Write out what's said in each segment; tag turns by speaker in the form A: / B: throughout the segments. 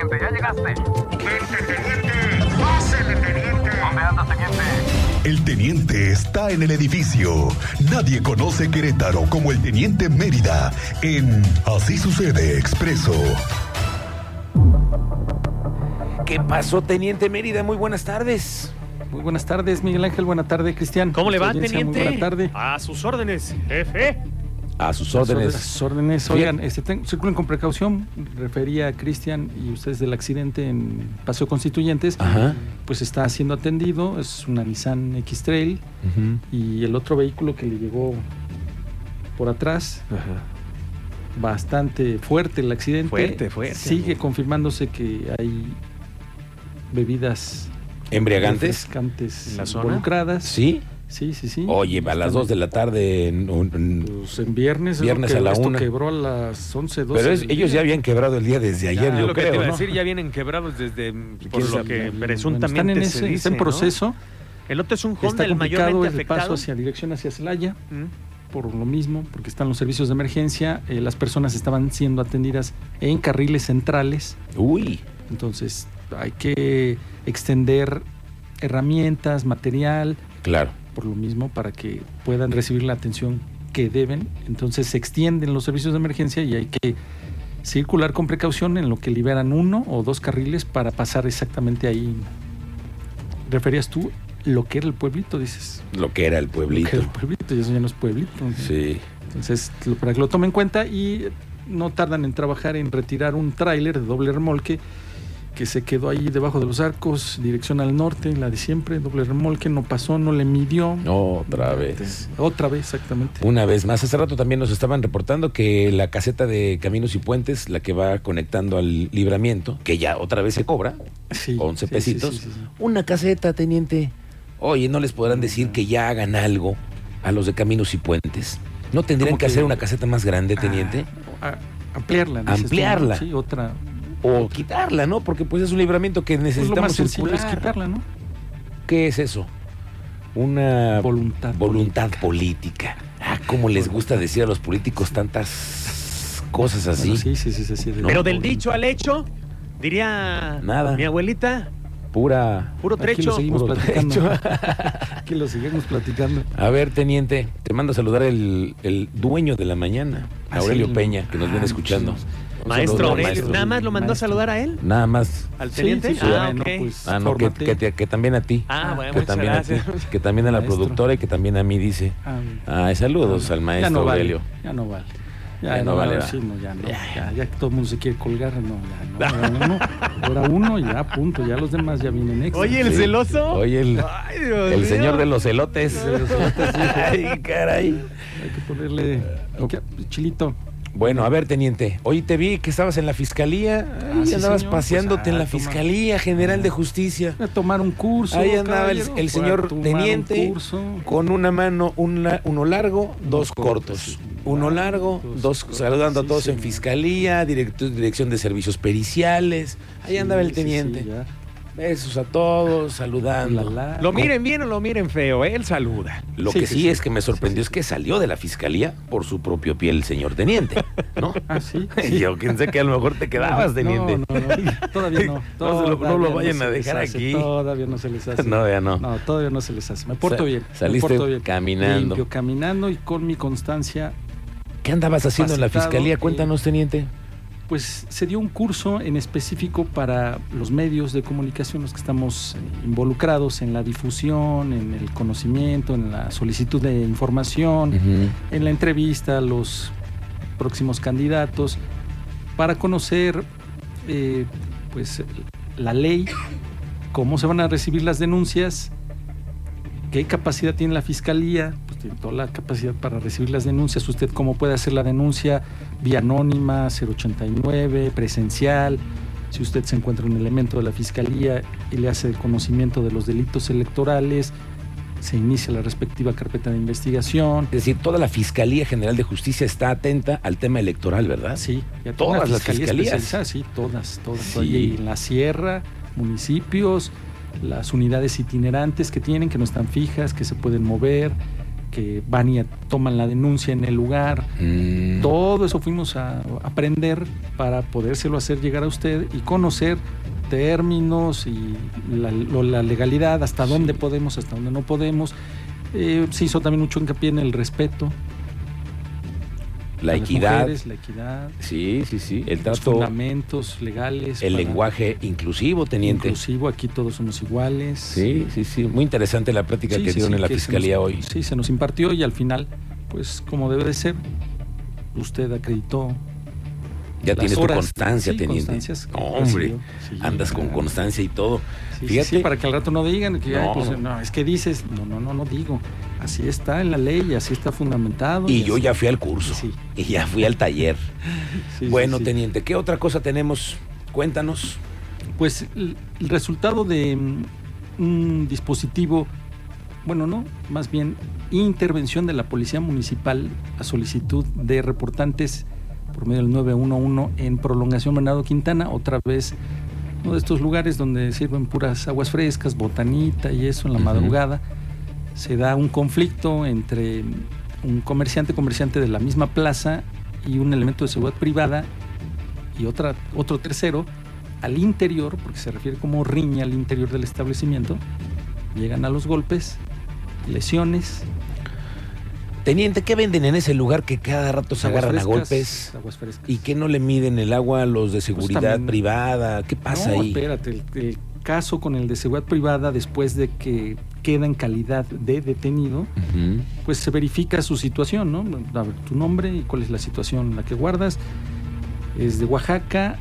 A: escuchaste. Vente, teniente. Pásele, teniente. Bombeando, teniente.
B: El teniente está en el edificio. Nadie conoce Querétaro como el teniente Mérida en Así sucede expreso.
C: ¿Qué pasó, Teniente Mérida? Muy buenas tardes.
D: Muy buenas tardes, Miguel Ángel. Buenas tardes, Cristian.
E: ¿Cómo le va,
D: Audiencia,
E: teniente?
D: Muy buena tarde.
E: A sus órdenes, jefe.
C: A sus
D: A
C: órdenes.
D: sus órdenes. Oigan, este, ten- circulen con precaución. Refería a Cristian y ustedes del accidente en Paseo Constituyentes.
C: Ajá.
D: Pues está siendo atendido. Es una Nissan X-Trail. Y el otro vehículo que le llegó por atrás,
C: Ajá.
D: bastante fuerte el accidente.
E: Fuerte, fuerte,
D: Sigue
E: amigo.
D: confirmándose que hay bebidas
C: ¿Embriagantes?
D: refrescantes
E: ¿En la zona?
D: involucradas.
C: Sí.
D: Sí, sí, sí.
C: Oye, a las 2 de la tarde. en un- un-
D: Pues en viernes. es lo
C: Viernes
D: que-
C: a la
D: esto
C: una.
D: quebró a las 11, 12.
C: Pero es-
D: del
C: ellos ya
D: día.
C: habían quebrado el día desde ayer,
E: Ah,
C: yo
E: lo que
C: creo.
E: te iba a
C: ¿no?
E: decir, ya vienen quebrados desde mm, por
C: quién
E: lo
C: sabe?
E: que
D: Bueno,
E: presuntamente
D: están en
E: se
D: ese-
E: dice,
D: está en
E: ¿no?
D: proceso.
E: El otro es un
D: Está
E: Honda, el
D: complicado
E: mayormente
D: el
E: afectado.
D: paso hacia dirección hacia Celaya,
E: Mm.
D: por lo mismo, porque están los servicios de emergencia. eh, las personas estaban siendo atendidas en carriles centrales.
C: Uy.
D: Entonces, hay que extender herramientas, material,
C: Claro.
D: por lo mismo, para que puedan recibir la atención que deben. Entonces, se extienden los servicios de emergencia y hay que circular con precaución en lo que liberan uno o dos carriles para pasar exactamente ahí. ¿Referías tú lo que era el pueblito, dices?
C: Lo que era el pueblito.
D: Que el pueblito, y eso ya no es pueblito.
C: Sí.
D: Entonces, lo- para que lo tomen en cuenta y no tardan en trabajar en retirar un tráiler de doble remolque que se quedó ahí debajo de los arcos, dirección al norte, la de siempre, doble remolque, no pasó, no le midió.
C: Otra vez.
D: Otra vez, exactamente.
C: Una vez más, hace rato también nos estaban reportando que la caseta de Caminos y Puentes, la que va conectando al libramiento, que ya otra vez se cobra,
D: Sí,
C: 11
D: sí, sí, sí,
C: pesitos,
D: sí, sí.
C: una caseta, teniente. Oye, no les podrán decir que ya hagan algo a los de Caminos y Puentes. ¿No tendrían
D: Como
C: que,
D: que-
C: hacer una caseta más grande, teniente?
D: Ah, a- ampliarla. dices tú,
C: Ampliarla.
D: Sí, otra.
C: o quitarla, ¿no? Porque pues es un libramiento que
D: Pues lo más
C: necesitamos
D: sencillo es
C: circular.
D: quitarla, ¿no?
C: ¿Qué es eso? Una
D: Voluntad
C: Ah, voluntad política. Ah, cómo les gusta decir a los políticos tantas cosas así.
D: Bueno, sí, sí, sí, sí, sí, de-
E: Pero
D: no,
E: del
D: pobre.
E: dicho al hecho, diría
C: Nada.
E: mi abuelita,
C: Pura.
E: puro
D: Aquí lo
E: trecho.
D: seguimos
C: Puro
D: platicando. Aquí lo seguimos platicando.
C: A ver, teniente, te manda a saludar el, el dueño de la mañana,
D: Ah,
C: Aurelio
D: sí.
C: Peña, que nos viene
D: Ah,
C: escuchando.
D: sí.
C: Un
E: Maestro
C: saludo,
E: Aurelio,
C: maestro.
E: nada más lo mandó
D: Maestro.
E: a saludar a él,
C: Nada más.
E: al
D: Sí,
E: teniente.
D: sí, sí,
E: ah,
D: bueno,
E: ok.
D: pues,
C: Ah, no, que,
D: fórmate.
C: que te- que también a ti.
E: Ah, bueno,
C: que
E: muchas
C: también
E: gracias.
C: a ti. Que también a la
D: Maestro.
C: productora y que también a mí dice.
D: Ah, bueno.
C: Ay, saludos al maestro
D: ya no
C: Aurelio.
D: Vale, ya no vale.
C: Ya
D: Ya,
C: no
D: no
C: vale,
D: vale.
C: va.
D: Sí, no, ya, no, ya, ya que todo el mundo se quiere colgar, no, ya no. Ahora uno, ahora uno ya, punto. Ya los demás ya vienen extra.
E: Oye, el
C: Sí.
E: celoso.
C: Oye, el,
E: Ay, Dios
C: el
E: mío.
C: señor de los elotes. Ay, caray.
D: Hay que ponerle hay que- chilito.
C: Bueno, a ver, teniente. Hoy te vi que estabas en la fiscalía. Ay,
D: Ah, sí,
C: andabas
D: señor.
C: paseándote
D: Pues,
C: en
D: ah,
C: la
D: toma.
C: Fiscalía General de Justicia.
D: Voy a tomar un curso.
C: Ahí andaba el,
D: caballero.
C: el
D: Voy a
C: señor
D: tomar un
C: teniente
D: curso.
C: con una mano, un la- uno largo, dos cortos.
D: cortos. Ah,
C: Uno largo, dos,
D: Dos cortos,
C: saludando a
D: sí,
C: todos en
D: señor.
C: fiscalía, directo- dirección de servicios periciales. Ahí
D: Sí,
C: andaba el
D: sí, sí,
C: teniente.
D: ya.
C: Besos a todos, saludando.
D: La, la.
E: Lo miren bien o lo miren feo, él saluda.
C: Lo
D: Sí,
C: que sí,
D: sí, sí.
C: es que me sorprendió
D: Sí, sí,
C: es que salió de la fiscalía por su propio pie el señor teniente, ¿no?
D: Ah, sí.
C: Y Yo pensé que a lo mejor te quedabas, teniente.
D: No, no, no, todavía no.
C: No se lo- no lo
D: todavía
C: vayan
D: se
C: a
D: les
C: dejar
D: hace,
C: aquí.
D: Todavía no se les hace.
C: No, ya no.
D: No, todavía no se les hace. Me porto
C: Sa-
D: bien. me
C: saliste
D: porto bien.
C: caminando.
D: Limpio, caminando y con mi constancia.
C: ¿Qué andabas haciendo en la
D: Capacitado,
C: fiscalía?
D: eh.
C: Cuéntanos, teniente.
D: Pues se dio un curso en específico para los medios de comunicación, los que estamos eh, involucrados en la difusión, en el conocimiento, en la solicitud de información, en la entrevista a los próximos candidatos para conocer eh, pues la ley, cómo se van a recibir las denuncias, qué capacidad tiene la fiscalía, pues tiene toda la capacidad para recibir las denuncias, usted cómo puede hacer la denuncia vía anónima, 089, presencial, si usted se encuentra un elemento de la fiscalía y le hace el conocimiento de los delitos electorales, se inicia la respectiva carpeta de investigación,
C: Es decir, toda la Fiscalía General de Justicia está atenta al tema electoral, ¿verdad?
D: Ah, Sí, ya tiene
C: Todas
D: una
C: las
D: fiscalía
C: fiscalías.
D: especializada, Sí, todas, todas.
C: Sí.
D: todas. Y en la sierra, municipios, las unidades itinerantes que tienen, que no están fijas, que se pueden mover, que van y toman la denuncia en el lugar.
C: Mm.
D: Todo eso fuimos a aprender para podérselo hacer llegar a usted y conocer términos y la, lo- la legalidad, hasta dónde podemos, hasta dónde no podemos. Eh, se hizo también mucho hincapié en el respeto.
C: La
D: a las
C: equidad.
D: mujeres, la equidad.
C: Sí, sí, sí. El
D: Los
C: trato,
D: fundamentos legales.
C: el
D: para-
C: lenguaje inclusivo, teniente.
D: Inclusivo, aquí todos somos iguales.
C: Sí, sí, sí. Muy interesante la práctica
D: Sí,
C: que
D: sí,
C: dieron
D: sí,
C: en la
D: que se
C: fiscalía
D: nos-
C: hoy.
D: Sí, se nos impartió y al final, pues como debe de ser, usted acreditó.
C: Ya
D: las
C: tienes tu
D: horas.
C: constancia,
D: Sí,
C: teniente.
D: constancias que
C: No, hombre,
D: recibió. Sí,
C: andas con
D: claro.
C: constancia y todo.
D: Sí, sí,
C: Fíjate,
D: sí, para que al rato no digan que ay,
C: No.
D: pues, no, es que dices, no, no, no, no digo. Así está en la ley, así está fundamentado.
C: y yo
D: así-
C: ya fui al curso
D: Sí.
C: y ya fui al taller.
D: sí, sí,
C: bueno,
D: sí.
C: teniente, ¿qué otra cosa tenemos? Cuéntanos.
D: Pues el, el resultado de mm, un dispositivo, bueno, no, más bien intervención de la Policía Municipal a solicitud de reportantes por medio del 911 en Prolongación Venado Quintana, otra vez uno de estos lugares donde sirven puras aguas frescas, botanita y eso en la
C: Ujú.
D: madrugada. Se da un conflicto entre mm, un comerciante, comerciante de la misma plaza y un elemento de seguridad privada y otra, otro tercero al interior, porque se refiere como riña al interior del establecimiento, llegan a los golpes, lesiones,
C: Teniente, ¿qué venden en ese lugar que cada rato se agarran a
D: aguas
C: golpes?
D: frescas, Aguas frescas.
C: ¿Y que no le miden el agua a los de seguridad
D: también-
C: privada? ¿Qué pasa
D: no,
C: ahí?
D: espérate, el, el caso con el de seguridad privada, después de que queda en calidad de detenido,
C: Ujú.
D: pues se verifica su situación, ¿no? A ver, tu nombre y cuál es la situación en la que guardas. Es de Oaxaca.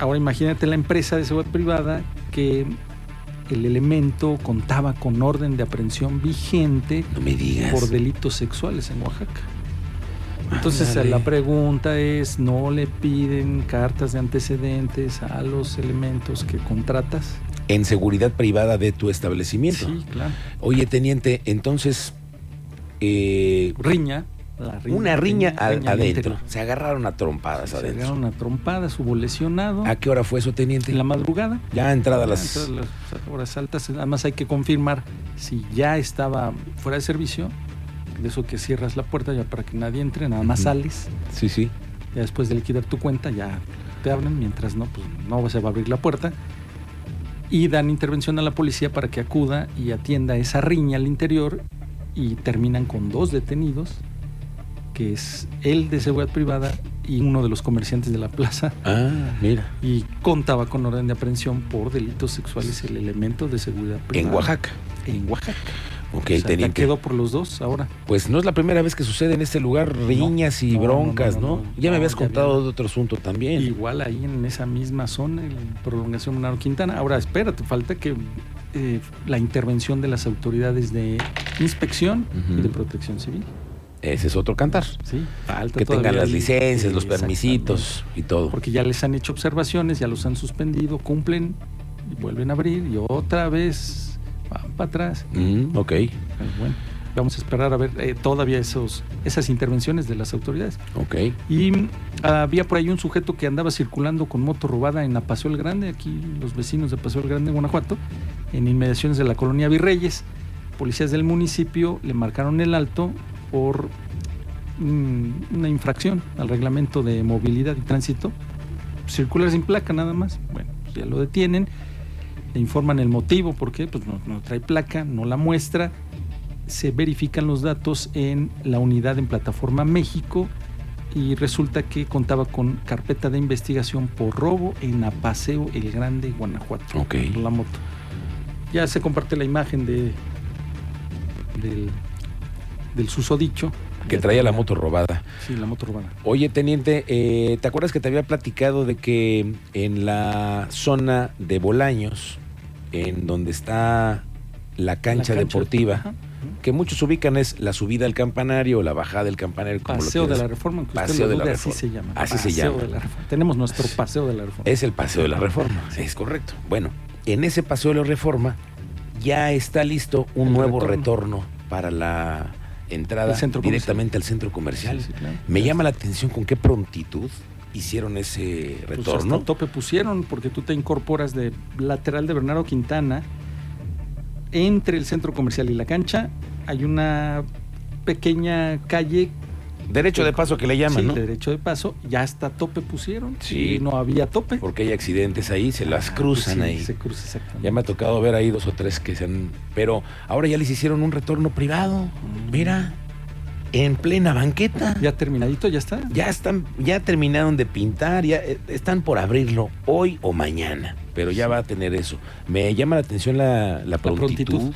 D: Ahora imagínate la empresa de seguridad privada que el elemento contaba con orden de aprehensión vigente
C: No me digas.
D: por delitos sexuales en Oaxaca. Entonces
C: Ándale.
D: la pregunta es, ¿no le piden cartas de antecedentes a los elementos que contratas?
C: En seguridad privada de tu establecimiento.
D: Sí, claro.
C: Oye, teniente, entonces, eh,
D: Riña. la
C: una riña, al-
D: riña al
C: adentro.
D: interior.
C: Se agarraron a trompadas
D: Se
C: adentro.
D: agarraron a trompadas, hubo lesionado.
C: ¿A qué hora fue eso, teniente?
D: En la madrugada.
C: Ya entrada las...
D: Entonces, las horas altas. Además hay que confirmar si ya estaba fuera de servicio. De eso que cierras la puerta ya para que nadie entre, nada más
C: Ujú.
D: sales.
C: Sí, sí.
D: Ya después de liquidar tu cuenta ya te hablan. Mientras no, pues no se va a abrir la puerta. Y dan intervención a la policía para que acuda y atienda esa riña al interior. Y terminan con dos detenidos, que es el de seguridad privada y uno de los comerciantes de la plaza
C: Ah, mira.
D: y contaba con orden de aprehensión por delitos sexuales el elemento de seguridad privada.
C: En Oaxaca.
D: En Oaxaca.
C: Ok,
D: O sea, ya
C: teniente.
D: Pues quedó por los dos ahora.
C: Pues no es la primera vez que sucede en este lugar riñas y
D: No, no,
C: broncas,
D: no,
C: ¿no?
D: no, no.
C: Ya me
D: No,
C: habías
D: ya
C: contado
D: viene.
C: de otro asunto también.
D: Igual ahí en esa misma zona, en prolongación Menaro Quintana. Ahora, espérate, falta que eh, la intervención de las autoridades de inspección
C: Ujú.
D: y de protección civil.
C: Ese es otro cantar.
D: Sí, falta
C: Que
D: todavía
C: tengan las
D: ahí.
C: licencias,
D: Sí,
C: los permisitos y todo.
D: porque ya les han hecho observaciones, ya los han suspendido, cumplen y vuelven a abrir y otra vez van para atrás.
C: Mm, ok,
D: Pero bueno, vamos a esperar a ver eh, todavía esos, esas intervenciones de las autoridades.
C: ok.
D: Y mm, había por ahí un sujeto que andaba circulando con moto robada en Apaseo el Grande, aquí los vecinos de Apaseo el Grande, Guanajuato, en inmediaciones de la colonia Virreyes. Policías del municipio le marcaron el alto por mm, una infracción al reglamento de movilidad y tránsito. Circular sin placa nada más. Bueno, pues ya lo detienen, le informan el motivo, porque pues no, no trae placa, no la muestra. Se verifican los datos en la unidad en Plataforma México y resulta que contaba con carpeta de investigación por robo en Apaseo El Grande, Guanajuato.
C: Ok.
D: por La moto. Ya se comparte la imagen de del, del susodicho.
C: Que
D: Ya
C: traía la
D: tenía-
C: moto robada.
D: Sí, la moto urbana.
C: Oye, teniente, eh, ¿te acuerdas que te había platicado de que en la zona de Bolaños, en donde está la cancha, deportiva, que muchos ubican es la subida al campanario o la bajada del campanario, como lo
D: Paseo de
C: quieras.
D: la Reforma, aunque usted
C: Paseo
D: lo
C: de la
D: dude, así se
C: Reforma.
D: llama.
C: Así se
D: Paseo
C: llama.
D: de la Reforma. Tenemos nuestro Paseo de la Reforma.
C: Es el Paseo de la Reforma, es correcto. Bueno, en ese Paseo de la Reforma ya está listo un
D: El
C: nuevo retorno.
D: retorno.
C: para la entrada
D: El centro comercial.
C: directamente al centro comercial.
D: Sí, sí, claro.
C: Me llama la atención con qué prontitud hicieron ese
D: Pues
C: retorno.
D: hasta tope pusieron porque tú te incorporas de lateral de Bernardo Quintana entre el centro comercial y la cancha. Hay una pequeña calle
C: Derecho de paso que le llaman,
D: Sí,
C: ¿no?
D: derecho de paso, ya hasta tope pusieron.
C: Sí.
D: Sí. no había tope.
C: Porque hay accidentes ahí, se las
D: Ah,
C: cruzan
D: pues sí,
C: ahí.
D: Se cruza exactamente.
C: Ya me ha tocado ver ahí dos o tres que se han. Pero ahora ya les hicieron un retorno privado. Mira, en plena banqueta. Ya,
D: Ya terminadito, ya está.
C: están, ya terminaron de pintar, ya eh, están por abrirlo hoy o mañana. Pero ya va a tener eso. Me llama la atención la, la prontitud,
D: prontitud.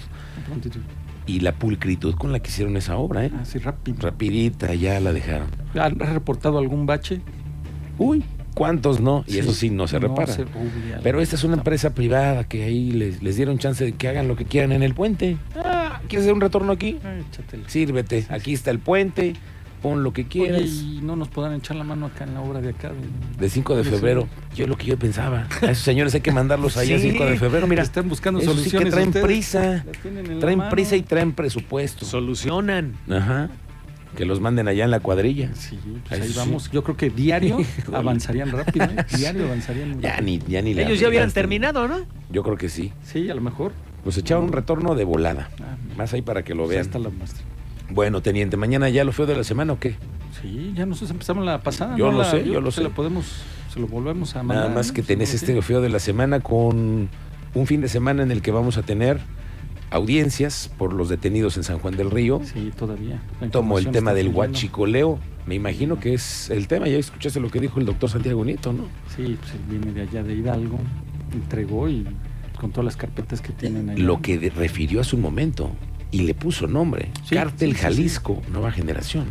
D: Prontitud.
C: y la pulcritud con la que hicieron esa obra, ¿eh?
D: Así rápido.
C: Rapidita, ya la dejaron.
D: ¿Has reportado algún bache?
C: Uy, ¿cuántos no? Y eso sí, no se repara.
D: se- uy, ya.
C: Pero esta es una empresa privada que ahí les, les dieron chance de que hagan lo que quieran en el puente. Ah, ¿quieres hacer un retorno aquí?
D: Ay, Ah, échatela.
C: Sírvete, aquí está el puente, pon lo que
D: Oye,
C: quieras.
D: y no nos podrán echar la mano acá en la obra de acá. de-
C: De 5 de
D: Oye, sí.
C: febrero, yo lo que yo pensaba. A esos señores hay que mandarlos ahí a 5 de febrero. Mira,
D: están buscando
C: eso sí
D: Pues, soluciones.
C: que traen
D: ustedes.
C: prisa.
D: La tienen en la
C: Traen
D: mano.
C: prisa y traen presupuesto.
E: Solucionan.
C: Ajá. Que los manden allá en la cuadrilla.
D: Sí, pues
C: Ahí
D: ahí
C: sí.
D: vamos. Yo creo que diario
C: Híjole.
D: avanzarían rápido. ¿eh? Diario avanzarían.
C: Ya ni, ya ni le
E: Ellos ya hubieran
D: este-
C: aplicaste.
E: terminado, ¿no?
C: Yo creo que sí.
D: Sí, a lo mejor.
C: Pues echaron un retorno de volada.
D: Ah, mira,
C: Más ahí para que lo
D: pues ahí
C: vean.
D: está la muestra.
C: Bueno, teniente, mañana ya lo feo de la semana o qué?
D: Sí, ya nosotros empezamos la pasada.
C: Yo
D: ¿no?
C: lo
D: La-
C: sé, yo lo
D: se
C: sé.
D: la podemos, se lo volvemos a mandar.
C: Nada más
D: ¿no?
C: que
D: Sí,
C: tenés
D: ¿no?
C: este feo de la semana con un fin de semana en el que vamos a tener audiencias por los detenidos en San Juan del Río.
D: Sí, todavía. La
C: Tomo el
D: información
C: tema
D: está
C: del
D: fluyendo.
C: huachicoleo. Me imagino que es el tema. Ya escuchaste lo que dijo el doctor Santiago Nieto, ¿no?
D: Sí, pues él viene de allá de Hidalgo. Entregó y con todas las carpetas que tienen ahí.
C: Eh, Lo que de- refirió hace un momento y le puso nombre.
D: Sí,
C: Cártel
D: sí, sí,
C: Jalisco, Nueva Generación,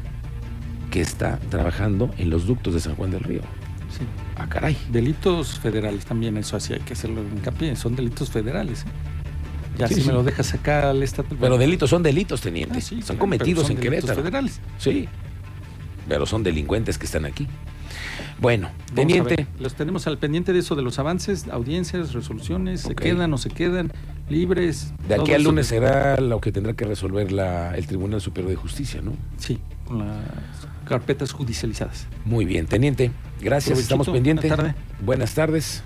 C: que está trabajando en los ductos de San Juan del Río.
D: Sí.
C: Ah, caray.
D: Delitos federales también, eso así hay que hacerlo hincapié, son delitos federales. ¿eh? Ya
C: Sí,
D: si
C: sí.
D: me lo dejas acá al estatal.
C: Pero delitos son delitos,
D: Ah,
C: teniente.
D: sí,
C: son
D: claro,
C: cometidos
D: pero son
C: en
D: delitos
C: Querétaro.
D: federales.
C: Sí. Pero son delincuentes que están aquí. Bueno,
D: Vamos a
C: teniente,
D: ver, Los tenemos al pendiente de eso, de los avances, audiencias, resoluciones,
C: Ok.
D: se quedan o se quedan libres.
C: de aquí
D: todo
C: al
D: eso.
C: lunes será lo que tendrá que resolver la- el Tribunal Superior de Justicia, ¿no?
D: Sí, con las carpetas judicializadas.
C: Muy bien, teniente. Gracias,
D: Provechito,
C: estamos pendientes.
D: buena tarde.
C: Buenas tardes.